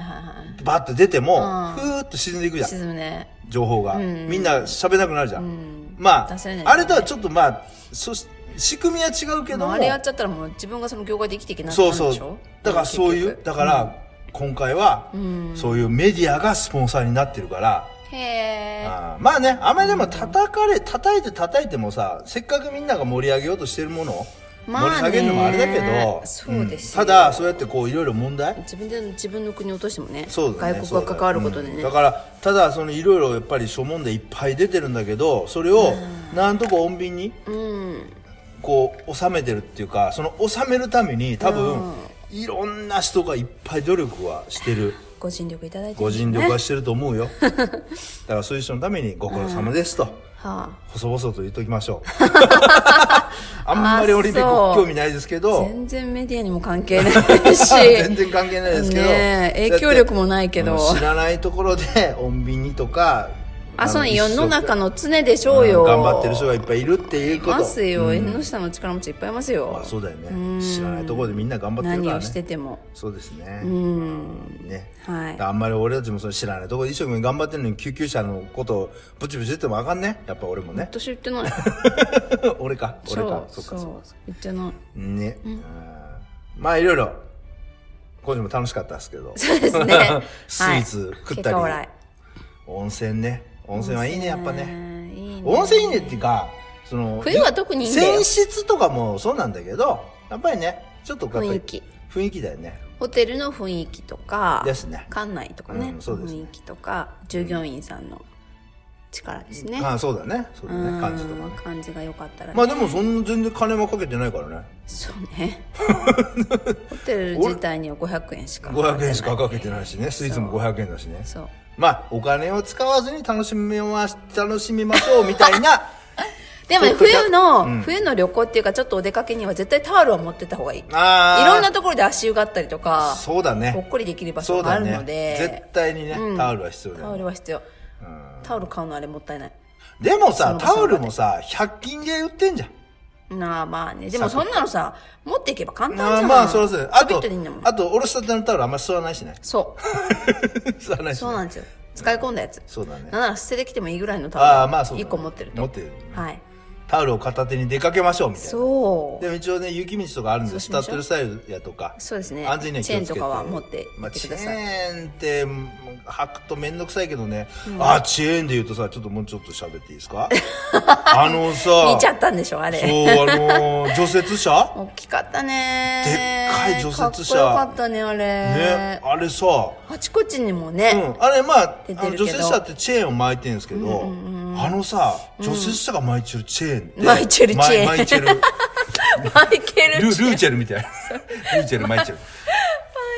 A: い
B: バッと出ても、
A: うん
B: ふーっと沈んでいくじゃん
A: 沈むね
B: 情報が、
A: ん
B: みんな喋れなくなるじゃん、
A: ん
B: まあ、
A: 出せない
B: あれとはちょっとまあそし仕組みは違うけど
A: もう
B: も
A: あれやっちゃったらもう自分がその業界で生きていけない
B: そうそう
A: しょ
B: だからそういう
A: 結局
B: だから今回は、そういうメディアがスポンサーになってるから、
A: へえ
B: あーまあねあまりでも叩かれ叩いて叩いてもさせっかくみんなが盛り上げようとしてるもの盛り下げるのもあれだけど、
A: そうです
B: うん
A: よ
B: ただそうやってこういろいろ問題
A: 自分で自分の国を落としてもね
B: そうだね
A: 外国が関わることで
B: そう
A: ね
B: だ,、からただそのいろいろやっぱり諸問題いっぱい出てるんだけどそれをなんとか穏便にこう収めてるっていうかその収めるために多分いろんな人がいっぱい努力はしてる
A: ご尽力いただいてる
B: ご
A: んです
B: 尽
A: ね
B: 力はしてると
A: [laughs]
B: 思うよだからそういう人のためにご苦労様ですと
A: は
B: 細々と言っときましょう
A: [laughs]
B: あんまりオリンピック
A: あそう
B: 興味ないですけ
A: あ、
B: ど
A: 全然メディアにも関係ないし
B: 全然関係ないですけど、
A: ねえ
B: だって
A: 影響力もないけど
B: うん知らないところで穏便にとか
A: あそうね
B: 一
A: 世
B: 生
A: の中の常でしょうよ、
B: うん頑張ってる人がいっぱいいるっていう
A: い
B: こと
A: ますよ縁の下の力持ちいっぱいいますよ、
B: まあ、そうだよね知らないところでみんな頑張ってる
A: 何
B: から
A: をして
B: ね
A: ても
B: そうですねね
A: はい
B: あんまり俺たちもそれ知らないところで一生懸命頑張ってるのに救急車のことをブチブチ言ってもあかんねやっぱ [laughs]
A: [laughs]
B: 俺もね
A: 私言ってない
B: 俺か [laughs] 俺かそっかそっか
A: 言ってない
B: ね、うんまあいろいろ今週も楽しかったですけど
A: そうです
B: [laughs]
A: ね
B: スイーツ食ったり、
A: はい、結果オーライ
B: 温泉ね温泉はいいねやっぱね
A: いいね
B: 温泉いいねっていうかその
A: 冬は特にいいんだよ
B: 泉質とかもそうなんだけどやっぱりねちょっとやっぱり
A: 雰囲気
B: 雰囲気だよね
A: ホテルの雰囲気とか
B: ですね
A: 館内とかね,、
B: うんそうですね
A: 雰囲気とか従業員さんの力ですね、
B: ああそうだねそうだ
A: うん
B: ね感じとかね
A: 感じが良かったらね、
B: まあでもそんな全然金はかけてないからね
A: そう
B: [laughs]
A: ねホテル自体には500円しか
B: 500円しかかけてないしねスイーツも
A: そう
B: 500円だしね
A: そう
B: まあお金を使わずに楽しみま楽しみましょうみたい
A: [laughs]
B: な
A: でもね
B: ポッドキャ
A: 冬の、冬の旅行っていうかちょっとお出かけには絶対タオルは持ってった方がいいい
B: ああ
A: ろんなところで足湯があったりとか
B: そうだ
A: ほ
B: ね
A: っこりできる場
B: そ
A: 所
B: う
A: があ
B: だ
A: るの
B: ね
A: で
B: 絶、対にね、タオルは必要だ
A: タ
B: よ
A: オ
B: ね
A: ルは必要タオル買うのあれもったいない
B: でもさ
A: の場
B: タ
A: その場
B: オ
A: で
B: ルもさ100均で売ってんじゃん
A: なあまあねでもそんなのさ持っていけば簡単じ
B: あ
A: ゃ
B: あ
A: ん
B: まあそうそうあ
A: ポケット
B: と
A: でいいんだもん
B: あとおろしたてのタオルあんまり吸わな
A: [laughs]
B: いしね
A: そう
B: 吸わないしね
A: そうなんですよ使い込んだやつ
B: そうだね
A: なんなら捨ててきてもいいぐらいのタオル
B: ああまあそうだね
A: 1個持ってると
B: 持ってる
A: はい
B: タオルを片手に出かけましょうみたいな
A: そう
B: でも一応ね雪道とかあるんでスタッドレスタイルやとか
A: そうですね
B: 安全には気をつけて
A: チェーンとかは持って行
B: まあ、
A: って
B: チ
A: く
B: ェ
A: ださい
B: ーンってもう履くと面倒くさいけどね、ああチェーンで言うとさちょっともうちょっと
A: [laughs]
B: 喋っていいですかあのさ
A: 見ちゃったんでしょあれ
B: そうあのー除雪車
A: 大きかったね
B: でっかい除雪車
A: かっこよかった [laughs] ねあれ
B: ねあれさ
A: あちこちにも
B: う
A: ね、
B: ん、あれまあ
A: 出て
B: あの
A: るけど
B: 除雪車ってチェーンを巻いてるんですけど、あのさ除雪車が巻いてるチェーンって
A: 巻いてるチェーン
B: 巻いてるル
A: [laughs] マイケル
B: ルーチェルみたいなルーチェル巻いてる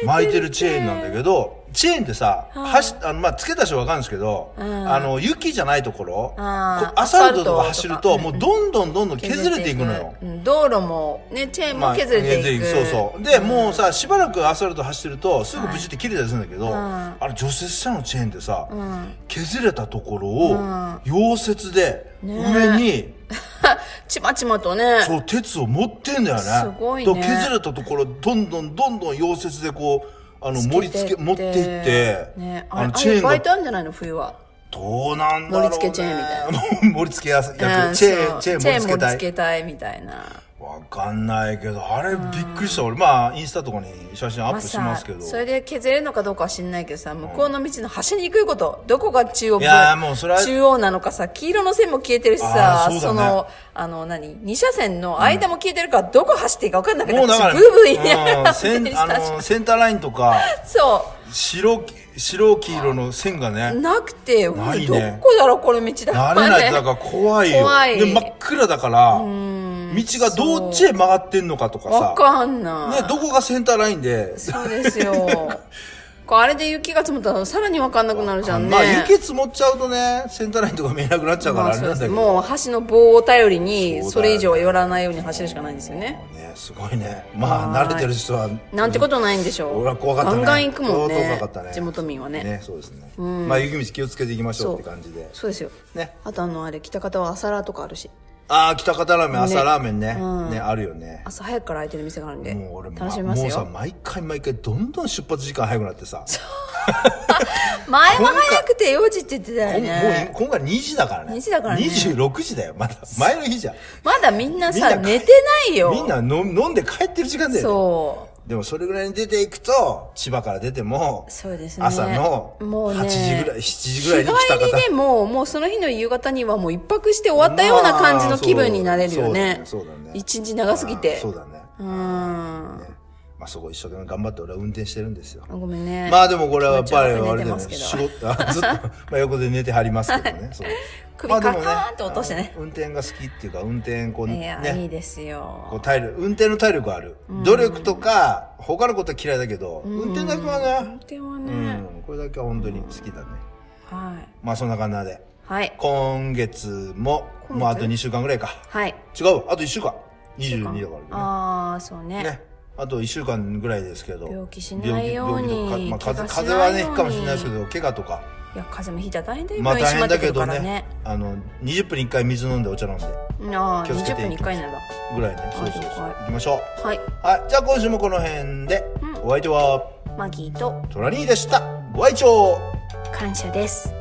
B: 巻いてるチェーンなんだけどチェーンってさ、走あのまあ、つけた人わかるんですけど、あの雪じゃないところ、
A: あー
B: こうアサルトとか走る
A: ア
B: と
A: サ
B: もうどんどんどんどん削れていくのよ、
A: うん道路もねチェーンも削れていく、
B: まあそうそうで、もうさしばらくアスファルト走ってるとすぐブチって切れたりするんだけど、あれ除雪車のチェーンってさ、削れたところを溶接で上に、
A: [laughs] ちまちまとね
B: そう鉄を持ってんだよね
A: [laughs] すごいね
B: だから削れたところどんどんどんどん溶接でこうあの盛り付け
A: つて
B: 持っていって、
A: ね、あ
B: あ
A: れ
B: の
A: あ
B: チェ
A: れ
B: ーン
A: バイ
B: が
A: トあるんじゃないの冬は
B: どうなんだろう、ね、
A: 盛り付けチェーンみ
B: [laughs]
A: たい
B: な盛り付けやすいやつ、
A: うん
B: チェー
A: そ
B: ン
A: う
B: チェーン
A: チェーン
B: 盛り付
A: 盛
B: けたい
A: り付けたいみたいな
B: わかんないけど、あれびっくりした。俺、まあ、インスタとかに写真アップしますけど。
A: あさそれで削れるのかどうかは知んないけどさ向こうの道の端に行くことどこが中央
B: いやーもうそれは
A: 中央なのかさ黄色の線も消えてるし
B: あ
A: さ
B: ー
A: そ
B: そうだね
A: のあの何2車線の間も消えてるから、どこ走っていいか分かんなくな
B: もうだ
A: っ
B: か
A: てブ
B: ら、
A: ーブー言いなが
B: う
A: ら
B: んセ
A: [laughs] 運転
B: ン
A: した
B: あ
A: し
B: のセンターラインとか、
A: そ
B: 白き、白黄色の線が
A: う
B: ね、
A: なくてうわ
B: ない
A: ど
B: ね
A: こだろうこれ道だ
B: 慣れないとだから怖いよ。
A: 怖い
B: で、真っ暗だから、道がどっちへ曲がってんのかとか
A: 分
B: さ、
A: かんない、
B: ね、どこがセンターラインで、
A: そうです
B: [laughs]
A: よこうあれで雪が積もったらさらに分かんなくなるじゃんね
B: まあ、雪積もっちゃうとね、センターラインとか見えなくなっちゃうか
A: ま
B: ら
A: あ
B: あれ
A: そうで
B: なんだ
A: す
B: けど。
A: もう橋の棒を頼りに
B: そうだよね
A: それ以上は寄らないように走るしかないんですよね
B: ね、すごいね。まあ、慣れてる人は、
A: なんてことないんでしょう
B: 俺は怖かったね。
A: ガンガン行くもんね
B: 相当怖かったね。
A: 地元民はね
B: ね、そうですね。まあ、雪道気をつけていきましょうって感じで。
A: そうですよ
B: ね。
A: あとあのあれ北方は朝ラーとかあるし
B: ああ、北方ラーメン、朝
A: ね
B: ラーメンね。ね、あるよね。
A: 朝早くから開いてる店があるんで
B: もう俺も、
A: 楽しみま
B: も
A: す
B: うさ、
A: よ
B: 毎回毎回どんどん出発時間早くなってさ。
A: 前は早くて4時って言ってたよ
B: こんもう
A: ね
B: 今回2時だからね。
A: 2時だからね
B: 26時だよ、まだ。前の日じゃん。
A: まだみんなさ
B: みんな
A: 寝てないよ
B: みんなの飲んで帰ってる時間だよね。
A: そう
B: でもそれぐらいに出ていくと、千葉から出ても、
A: そうですね。
B: 朝の
A: もうね
B: 8時ぐらい、7時
A: 日
B: ぐらいに来た
A: 帰
B: 方
A: りでも、もうその日の夕方にはもう一泊して終わったような感じの気分になれるよね。
B: まあそうそうだねそうだね
A: 一日長すぎて。
B: あーそうだね。
A: う
B: ね
A: ん。
B: まあそこ一生懸命頑張って俺は運転してるんですよ。
A: ごめんね。
B: まあでもこれはやっぱり
A: 気持ち悪く
B: あ
A: 寝
B: れ
A: て
B: でも
A: ますけど
B: 仕事、あずっと、まあ横で寝てはりますけ
A: [laughs]
B: どね。そう
A: 首
B: まあでも
A: カカーンって落としてね
B: あの運転が好きっていうか、運転こう、
A: いや、いい
B: ね、
A: です
B: こう
A: よ。
B: 体力、運転の体力ある。努力とか、他のことは嫌いだけど、運転だけは
A: 運
B: ね、
A: 転は
B: う
A: ね、
B: ん、これだけは本当に好きだね。
A: はい。
B: まあそんな感じで。
A: はい。
B: 今月も、
A: 今月
B: もうあと2週間ぐらいか。
A: はい。
B: 違うわ、あと1週間。22だか
A: ああ、そうね
B: らね。ね。あと1週間ぐらいですけど。
A: 病気しないように
B: 病気病気とかま
A: 怪
B: あ、風風邪
A: 我し
B: は
A: ないよう
B: ね、
A: に
B: 引くかもしれないですけど、怪我とか。
A: いや、風邪もひいたら大変だよ。
B: まあ
A: 病院
B: 大
A: 閉ま
B: 変
A: って
B: だ
A: く
B: け
A: るか
B: ど
A: ら
B: ね
A: ね。
B: あの、20分に1回水飲んでお茶飲んで。
A: ああ、
B: 気をつけ
A: 20
B: て
A: 分に1回なんだ。
B: ぐらいね。そうそうそう。
A: はい
B: 行きましょう。
A: はい。
B: はい、じゃあ今週もこの辺で、
A: うん
B: お相手は、
A: マギーと
B: トラニーでした。ご愛聴
A: 感謝です。